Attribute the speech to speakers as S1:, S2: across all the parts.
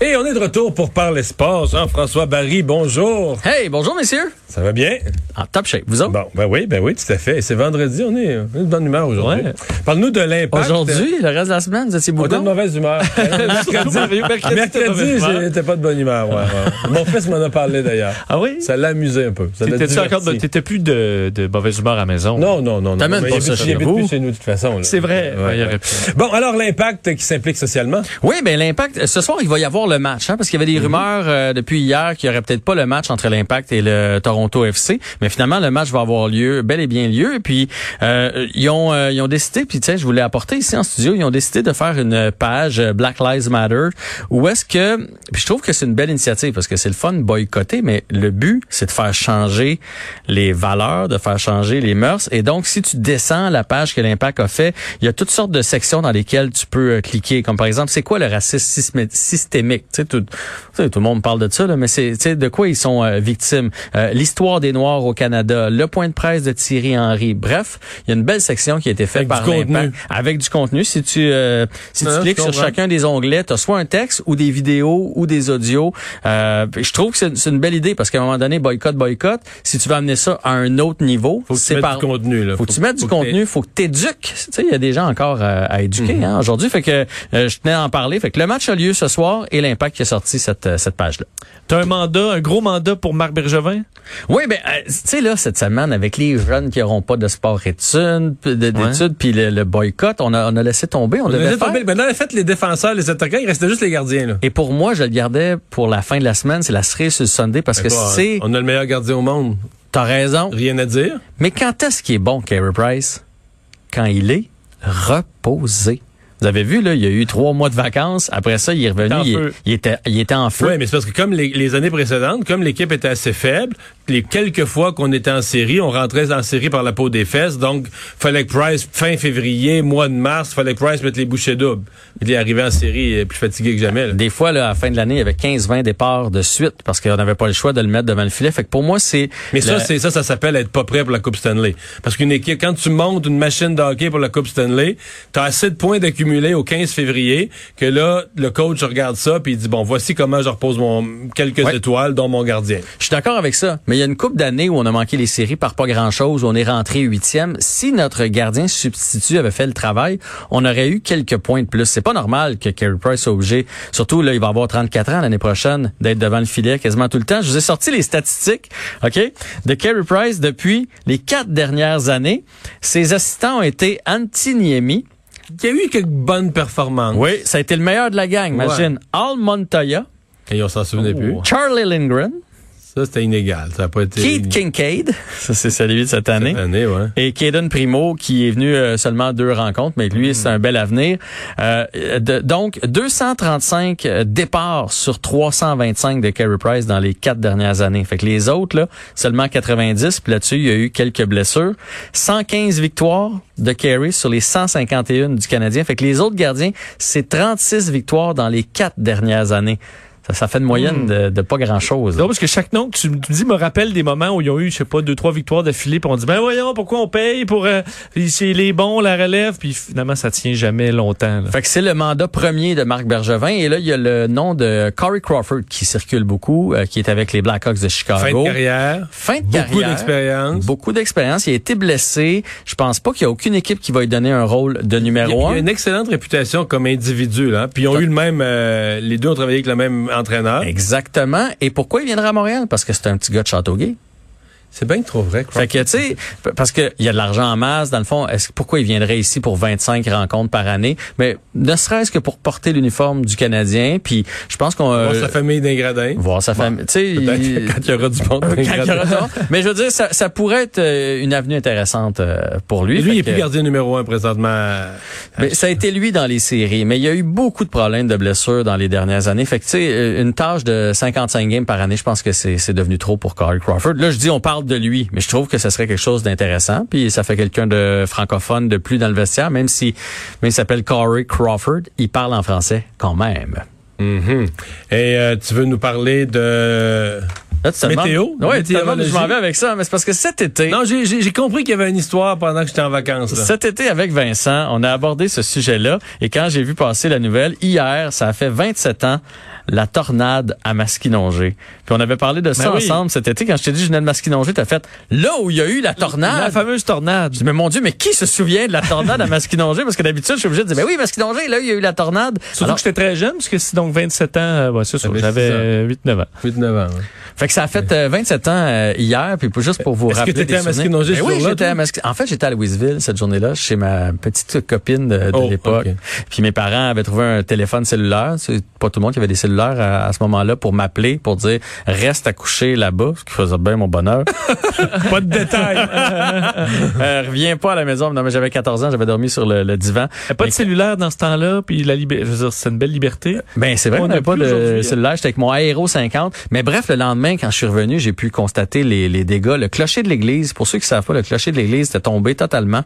S1: Et on est de retour pour Parler Sport. Jean-François Barry, bonjour.
S2: Hey, bonjour, Oh. messieurs.
S1: Ça va bien?
S2: En top shape, vous autres?
S1: Bon, ben oui, ben oui, tout à fait. Et C'est vendredi, on est, on est de bonne humeur aujourd'hui.
S2: Ouais.
S1: Parle-nous de l'impact. euh,
S2: Aujourd'hui, le reste de la semaine, vous étiez
S1: On était de
S2: beaucoup.
S1: mauvaise humeur. mercredi, mercredi j'étais pas de bonne humeur. ouais, ouais. Mon fils m'en a parlé d'ailleurs.
S3: Ah oui?
S1: Ça l'a amusé un peu. Ça l'a
S3: T'étais-tu encore de-
S1: diverti.
S3: t'étais plus de, de mauvaise humeur à la maison?
S1: Non, non, non. non.
S2: T'amènes
S1: Mais
S2: pas
S1: il
S2: ça
S1: habite-
S2: chez
S1: il habite
S2: vous.
S1: plus chez nous, de toute façon. là.
S3: C'est vrai.
S1: Ouais,
S3: Ouais, il y
S1: ouais.
S3: aurait pu.
S1: Bon, alors l'impact qui s'implique socialement.
S2: Oui, ben l'impact. Ce soir, il va y avoir le match, hein, parce qu'il y avait des rumeurs euh, depuis hier qu'il y aurait peut-être pas le match entre l'impact et le Toronto FC, mais finalement le match va avoir lieu, bel et bien lieu. Et puis euh, ils ont euh, ils ont décidé, puis tu sais, je voulais apporter ici en studio, ils ont décidé de faire une page euh, Black Lives Matter, où est-ce que, puis je trouve que c'est une belle initiative parce que c'est le fun de boycotter, mais le but c'est de faire changer les valeurs, de faire changer les mœurs. Et donc si tu descends la page que l'impact a fait, il y a toutes sortes de sections dans lesquelles tu peux euh, cliquer, comme par exemple, c'est quoi le racisme sismi- systémique? Tu sais, tout, tu sais, tout le monde parle de ça, là, mais c'est tu sais, de quoi ils sont euh, victimes? Euh, L'histoire des Noirs au Canada, le point de presse de Thierry Henry. Bref, il y a une belle section qui a été faite
S1: Avec
S2: par
S1: du contenu.
S2: l'Impact. Avec du contenu. Si tu, euh, si
S1: Ouais,
S2: tu cliques
S1: je
S2: sur
S1: comprends.
S2: chacun des onglets, tu as soit un texte ou des vidéos ou des audios. Euh, puis je trouve que c'est c'est une belle idée parce qu'à un moment donné, boycott, boycott, si tu veux amener ça à un autre niveau,
S1: Faut que tu
S2: c'est
S1: mettes
S2: par...
S1: du contenu. Là.
S2: Faut que tu mettes du contenu, faut que t'éduques. Tu sais, il y a des gens encore euh, à éduquer hein, aujourd'hui. Fait que euh, je tenais à en parler. Fait que le match a lieu ce soir et l'impact qui a sorti cette, euh, cette page-là.
S3: T'as un mandat, un gros mandat pour Marc Bergevin?
S2: Oui, ben euh, tu sais là cette semaine avec les jeunes qui auront pas de sport études, p- de- d'études, puis le, le boycott, on a on a laissé tomber. On,
S1: On
S2: devait
S1: a
S2: faire.
S1: tombé. Maintenant, en fait, Ben, les défenseurs, les attaquants, il restait juste les gardiens. Là.
S2: Et pour moi, je le gardais pour la fin de la semaine. C'est la cerise sur le Sunday parce que
S1: Bon,
S2: c'est.
S1: Eh ben, On a le meilleur gardien au monde.
S2: T'as raison.
S1: Rien à dire.
S2: Mais quand est-ce qu'il est bon, Carey Price? Quand il est reposé. Vous avez vu, là, il y a eu trois mois de vacances. Après ça, il est revenu,
S3: En
S2: il,
S3: feu.
S2: il était, il était en feu.
S1: Oui, mais c'est parce que comme les, les années précédentes, comme l'équipe était assez faible, les quelques fois qu'on était en série, on rentrait en série par la peau des fesses. Donc, fallait que Price, fin février, mois de mars, fallait que Price mette les bouchées doubles. Il est arrivé en série il est plus fatigué que jamais. là.
S2: Des fois, là, à la fin de l'année, il y avait 15-20 départs de suite parce qu'on n'avait pas le choix de le mettre devant le filet. Fait que pour moi, c'est...
S1: Mais
S2: le-
S1: ça, c'est ça, ça s'appelle être pas prêt pour la Coupe Stanley. Parce qu'une équipe, quand tu montes une machine de hockey pour la Coupe Stanley, t'as assez de points d'accumuler au 15 février que là, le coach regarde ça puis il dit bon, voici comment je repose mon quelques
S2: Ouais.
S1: étoiles dont mon gardien.
S2: Je suis d'accord avec ça, mais il y a une coupe d'années où on a manqué les séries par pas grand-chose, où on est rentré huitième. Si notre gardien substitut avait fait le travail, on aurait eu quelques points de plus. C'est pas normal que Carey Price soit obligé, surtout là, il va avoir 34 ans l'année prochaine, d'être devant le filet quasiment tout le temps. Je vous ai sorti les statistiques, ok, de Carey Price depuis les quatre dernières années. Ses assistants ont été Antiniemi.
S1: Il y a eu quelques bonnes performances.
S2: Oui, ça a été le meilleur de la gang.
S1: Ouais.
S2: Imagine, Al Montoya,
S1: Et on s'en
S2: Oh.
S1: souvenait plus.
S2: Charlie Lindgren,
S1: Ça, c'était inégal. Ça a pas été.
S2: Keith Kincaid. Ça, c'est celui de
S1: cette année, ouais.
S2: Et Caden Primo, qui est venu euh, seulement deux rencontres, mais lui, c'est un bel avenir. Euh, de- donc, 235 euh, départs sur 325 de Carey Price dans les quatre dernières années. Fait que les autres, là, seulement 90, puis là-dessus, il y a eu quelques blessures. 115 victoires de Carey sur les 151 du Canadien. Fait que les autres gardiens, c'est 36 victoires dans les quatre dernières années. Ça, ça fait une moyenne de, de pas grand-chose.
S3: Non, parce que chaque nom que tu, me- tu me dis me rappelle des moments où ils ont eu, je sais pas, deux, trois victoires d'affilée, puis on dit, ben voyons, pourquoi on paye pour, euh, c'est les bons, la relève, puis finalement, ça tient jamais longtemps, là.
S2: Fait que c'est le mandat premier de Marc Bergevin. Et là, il y a le nom de Corey Crawford qui circule beaucoup, euh, qui est avec les Blackhawks de Chicago.
S1: Fin de carrière.
S2: Fin de
S1: Beaucoup
S2: carrière.
S1: d'expérience.
S2: Beaucoup d'expérience. Il a été blessé. Je pense pas qu'il y a aucune équipe qui va lui donner un rôle de
S1: Il y
S2: numéro
S1: a il y
S2: un.
S1: a une excellente réputation comme individu, là. Puis ils ont eu le même, euh, les deux ont travaillé avec le même entraîneur.
S2: Exactement. Et pourquoi il viendra à Montréal? Parce que c'est un petit gars de Châteauguay.
S1: C'est bien trop vrai,
S2: Fait que, tu sais, p- parce qu'il y a de l'argent en masse, dans le fond, est-ce, pourquoi il viendrait ici pour 25 rencontres par année? Mais ne serait-ce que pour porter l'uniforme du Canadien, puis je pense qu'on...
S1: Voir
S2: euh,
S1: sa famille d'ingradins.
S2: voir sa famille. Tu sais, il-
S1: Peut-être quand il y aura du monde
S2: Quand il y aura tort. Mais je veux dire, ça, ça pourrait être euh, une avenue intéressante euh, pour lui.
S1: Lui, il
S2: Fait
S1: est plus
S2: que-
S1: gardien numéro un présentement.
S2: mais ça a été lui dans les séries, mais il y a eu beaucoup de problèmes de blessures dans les dernières années. Fait que, tu sais, euh, une tâche de 55 games par année, je pense que c'est c'est devenu trop pour Corey Crawford. Là, je dis, on parle de lui, mais je trouve que ce serait quelque chose d'intéressant. Puis ça fait quelqu'un de francophone de plus dans le vestiaire, même si mais il s'appelle Corey Crawford, il parle en français quand même. Mm-hmm.
S1: Mhm. Et euh, tu veux nous parler de...
S2: Là, tu te
S1: Météo?
S2: demandes- Ouais, tu te demandes où je m'en
S1: Météorologie?
S2: vais avec ça, mais c'est parce que cet été.
S1: Non, j'ai- j'ai j'ai compris qu'il y avait une histoire pendant que j'étais en vacances. là.
S2: Cet été avec Vincent, on a abordé ce sujet-là et quand j'ai vu passer la nouvelle hier, ça a fait 27 ans la tornade à Masquinongé. Puis on avait parlé de ça
S3: Ben oui.
S2: ensemble cet été. Quand je t'ai dit je venais de Masquinongé, t'as fait là où il y a eu la tornade.
S3: La fameuse tornade.
S2: Je dis, mais mon Dieu, mais qui se souvient de la tornade à Masquinongé? Parce que d'habitude, je suis obligé de dire, mais oui, Masquinongé, là, il y a eu la tornade.
S3: Surtout
S2: Alors,
S3: que j'étais très jeune, parce que si donc 27 ans, euh, ouais, c'est ça,
S1: T'avais
S3: j'avais
S1: six ans.
S3: euh, 8-9 ans.
S1: 8 novembre.
S2: fait que ça a fait euh, 27 ans euh, hier, puis pour- juste pour vous
S1: Est-ce que
S2: rappeler.
S1: t'étais
S2: des
S1: à
S2: souvenirs.
S1: Masquinongé
S2: Ben
S1: ce
S2: Oui,
S1: jour-là,
S2: j'étais
S1: toi?
S2: à Masqui- En fait, j'étais à Louisville cette journée-là, chez ma petite copine de, de
S1: Oh,
S2: l'époque.
S1: ok.
S2: Puis mes parents avaient trouvé un téléphone cellulaire. C'est pas tout le monde qui avait des cellulaires à, à ce moment-là pour m'appeler, pour dire reste à coucher là-bas, ce qui faisait bien mon bonheur.
S1: Pas de détails.
S2: Euh, reviens pas à la maison. Non, mais j'avais 14 ans, j'avais dormi sur le, le divan.
S3: Y a Pas de
S2: Mais-
S3: cellulaire dans ce temps-là, puis la liberté, je veux dire, c'est une belle liberté.
S2: Ben c'est vrai,
S3: On
S2: on
S3: a
S2: n'avait pas
S3: plus aujourd'hui,
S2: de
S3: hein.
S2: cellulaire. J'étais avec mon Aéro 50. Mais bref, le lendemain, quand je suis revenu, j'ai pu constater les, les dégâts. Le clocher de l'église, pour ceux qui savent pas, le clocher de l'église était tombé totalement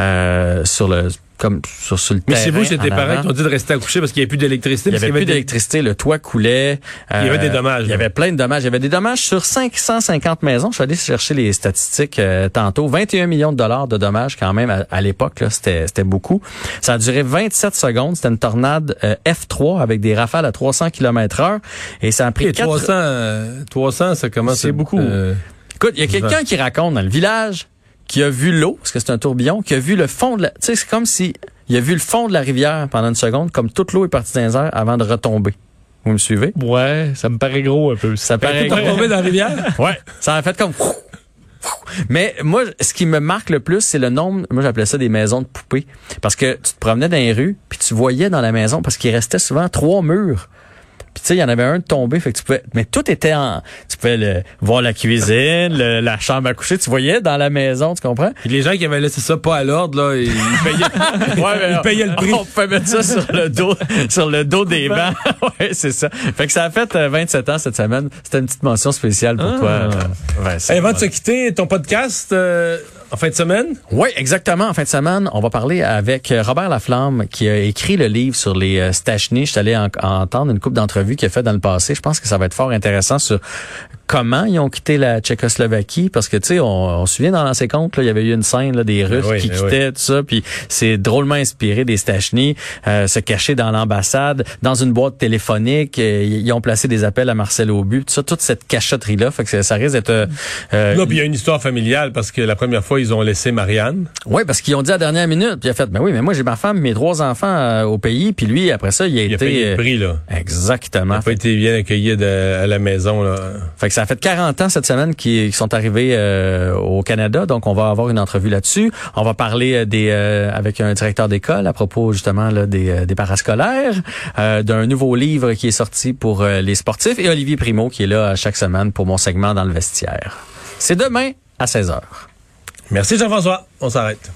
S2: euh, sur le comme sur, sur le
S1: Mais
S2: terrain.
S1: chez vous, c'est
S2: en
S1: tes parents
S2: avant.
S1: qui t'ont dit de rester à coucher parce qu'il n'y avait plus d'électricité.
S2: Il n'y
S1: parce
S2: avait
S1: qu'il
S2: plus d'électricité, le toit coulait. euh,
S1: Il y avait des dommages,
S2: Il y
S1: là.
S2: avait plein de dommages. Il y avait des dommages sur 550 maisons. Je suis allé chercher les statistiques euh, tantôt. 21 millions de dollars de dommages quand même à, à l'époque. là, C'était c'était beaucoup. Ça a duré 27 secondes. C'était une tornade euh, F3 avec des rafales à 300 km heure. Et ça a pris
S1: Et
S2: quatre-
S1: 300, euh, 300, ça commence
S3: C'est
S1: à-
S3: beaucoup.
S1: euh,
S2: Écoute, il y a quelqu'un qui raconte dans le village qui a vu l'eau, parce que c'est un tourbillon, qui a vu le fond de la... Tu sais, c'est comme si il a vu le fond de la rivière pendant une seconde, comme toute l'eau est partie dans les airs avant de retomber. Vous me suivez?
S3: Ouais, ça me paraît gros un peu.
S2: Ça paraît
S1: T'es tombé dans la rivière?
S2: Ouais. Ça a fait comme. Mais moi, ce qui me marque le plus, c'est le nombre. Moi, j'appelais ça des maisons de poupées. Parce que tu te promenais dans les rues, puis tu voyais dans la maison, parce qu'il restait souvent trois murs. Puis tu sais, il y en avait un de tombé, fait que tu pouvais. Mais tout était en. Tu pouvais le- voir la cuisine, le- la chambre à coucher. Tu voyais dans la maison, tu comprends?
S1: Puis les gens qui avaient laissé ça pas à l'ordre, là, ils payaient, ils payaient le prix.
S2: On peut mettre ça sur le dos, sur le dos des bancs. ouais, c'est ça. Fait que ça a fait euh, 27 ans cette semaine. C'était une petite mention spéciale pour toi. euh, Vincent.
S1: Hey, avant de se Eh, quitter, ton podcast euh, en fin de semaine?
S2: Oui, exactement. En fin de semaine, on va parler avec euh, Robert Laflamme qui a écrit le livre sur les euh, Stachny. Je suis allé en- entendre une coupe d'entrevues qu'il a fait dans le passé. Je pense que ça va être fort intéressant sur comment ils ont quitté la Tchécoslovaquie. Parce que, tu sais, on, on se souvient dans l'ancien compte, là, il y avait eu une scène là, des Russes
S1: oui,
S2: qui
S1: ben
S2: quittaient, tout ça. Puis c'est drôlement inspiré des Stachny, euh, se cacher dans l'ambassade, dans une boîte téléphonique. euh, Ils ont placé des appels à Marcel Aubu. Tout ça, toute cette cachotterie-là. Fait que ça- ça risque d'être... euh, euh,
S1: Là, puis il y a une histoire familiale parce que la première fois, ils ont laissé Marianne.
S2: Oui, parce qu'ils ont dit à la dernière minute. Puis il a fait, ben oui, mais moi j'ai ma femme, mes trois enfants euh, au pays. Puis lui, après ça, il a
S1: Il a
S2: été...
S1: payé le
S2: euh,
S1: prix, là. Il
S2: Exactement.
S1: n'a pas été bien accueilli de- à la maison, là.
S2: Fait que ça fait 40 ans cette semaine qu'ils qu'ils sont arrivés euh, au Canada, donc on va avoir une entrevue là-dessus. On va parler euh, des euh, avec un directeur d'école à propos justement là, des, euh, des parascolaires, euh, d'un nouveau livre qui est sorti pour euh, les sportifs et Olivier Primo qui est là euh, chaque semaine pour mon segment dans le vestiaire. C'est demain à 16 h
S1: Merci, Jean-François. On s'arrête.